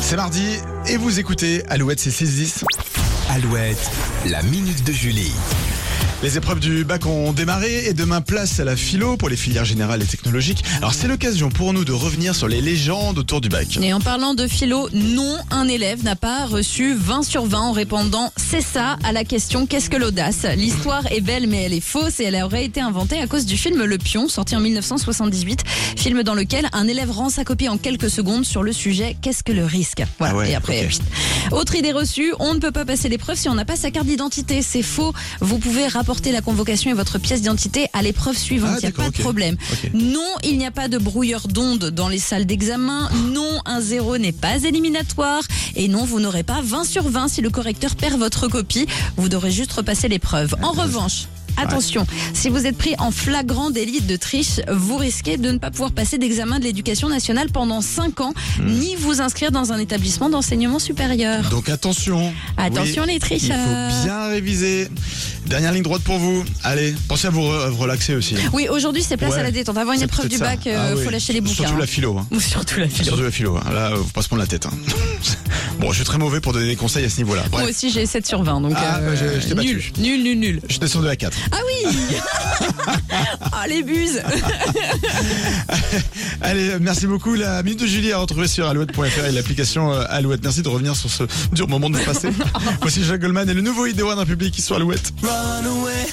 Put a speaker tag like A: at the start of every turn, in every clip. A: C'est mardi et vous écoutez Alouette c'est 6-10.
B: Alouette, la minute de Julie.
A: Les épreuves du bac ont démarré et demain place à la philo pour les filières générales et technologiques. Alors c'est l'occasion pour nous de revenir sur les légendes autour du bac.
C: Et en parlant de philo, non, un élève n'a pas reçu 20 sur 20 en répondant c'est ça à la question qu'est-ce que l'audace L'histoire est belle mais elle est fausse et elle aurait été inventée à cause du film Le Pion sorti en 1978, film dans lequel un élève rend sa copie en quelques secondes sur le sujet qu'est-ce que le risque. Voilà.
A: Ah ouais,
C: et après
A: ok.
C: pfft. autre idée reçue, on ne peut pas passer l'épreuve si on n'a pas sa carte d'identité, c'est faux. Vous pouvez rapporter la convocation et votre pièce d'identité à l'épreuve suivante,
A: Ah,
C: il n'y a
A: d'accord,
C: pas de
A: ok.
C: problème.
A: Ok.
C: Non, il n'y a pas de brouilleur d'ondes dans les salles d'examen. Non, un zéro n'est pas éliminatoire. Et non, vous n'aurez pas 20 sur 20 si le correcteur perd votre copie. Vous devrez juste repasser l'épreuve. En revanche, Attention, si vous êtes pris en flagrant délit de triche, vous risquez de ne pas pouvoir passer d'examen de l'éducation nationale pendant 5 ans, ni vous inscrire dans un établissement d'enseignement supérieur.
A: Hmm. Donc attention.
C: Attention les
A: Il
C: tricheurs.
A: faut bien réviser. Dernière ligne droite pour vous. Allez, pensez à vous re- relaxer aussi.
C: Oui, aujourd'hui c'est place
A: Ouais.
C: à la détente. Avant une
A: C'est
C: épreuve
A: peut-être
C: du
A: ça.
C: bac, euh,
A: Ah oui.
C: faut lâcher les bouquins.
A: Surtout la
C: hein.
A: philo. hein.
C: Ou surtout la philo.
A: Surtout la philo. hein. Là, faut pas se prendre la tête. hein. Bon, je suis très mauvais pour donner des conseils à ce niveau-là. Bref,
C: Moi aussi j'ai 7 sur 20 donc euh,
A: Ah, bah, je- je t'ai
C: nul,
A: battu.
C: nul, nul, nul.
A: je descends de la 4.
C: Ah oui Ah les buses
A: Allez, euh, merci beaucoup. La minute de Julie à retrouver sur alouette.fr et l'application euh, Alouette. Merci de revenir sur ce dur moment de passé. Voici Jacques Goldman et le nouveau idéal d'un public qui soit Alouette.
D: run away.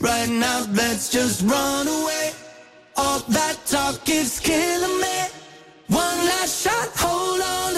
D: Right now, let's just run away. All that talk is killing me. Oh, One last shot, hold on.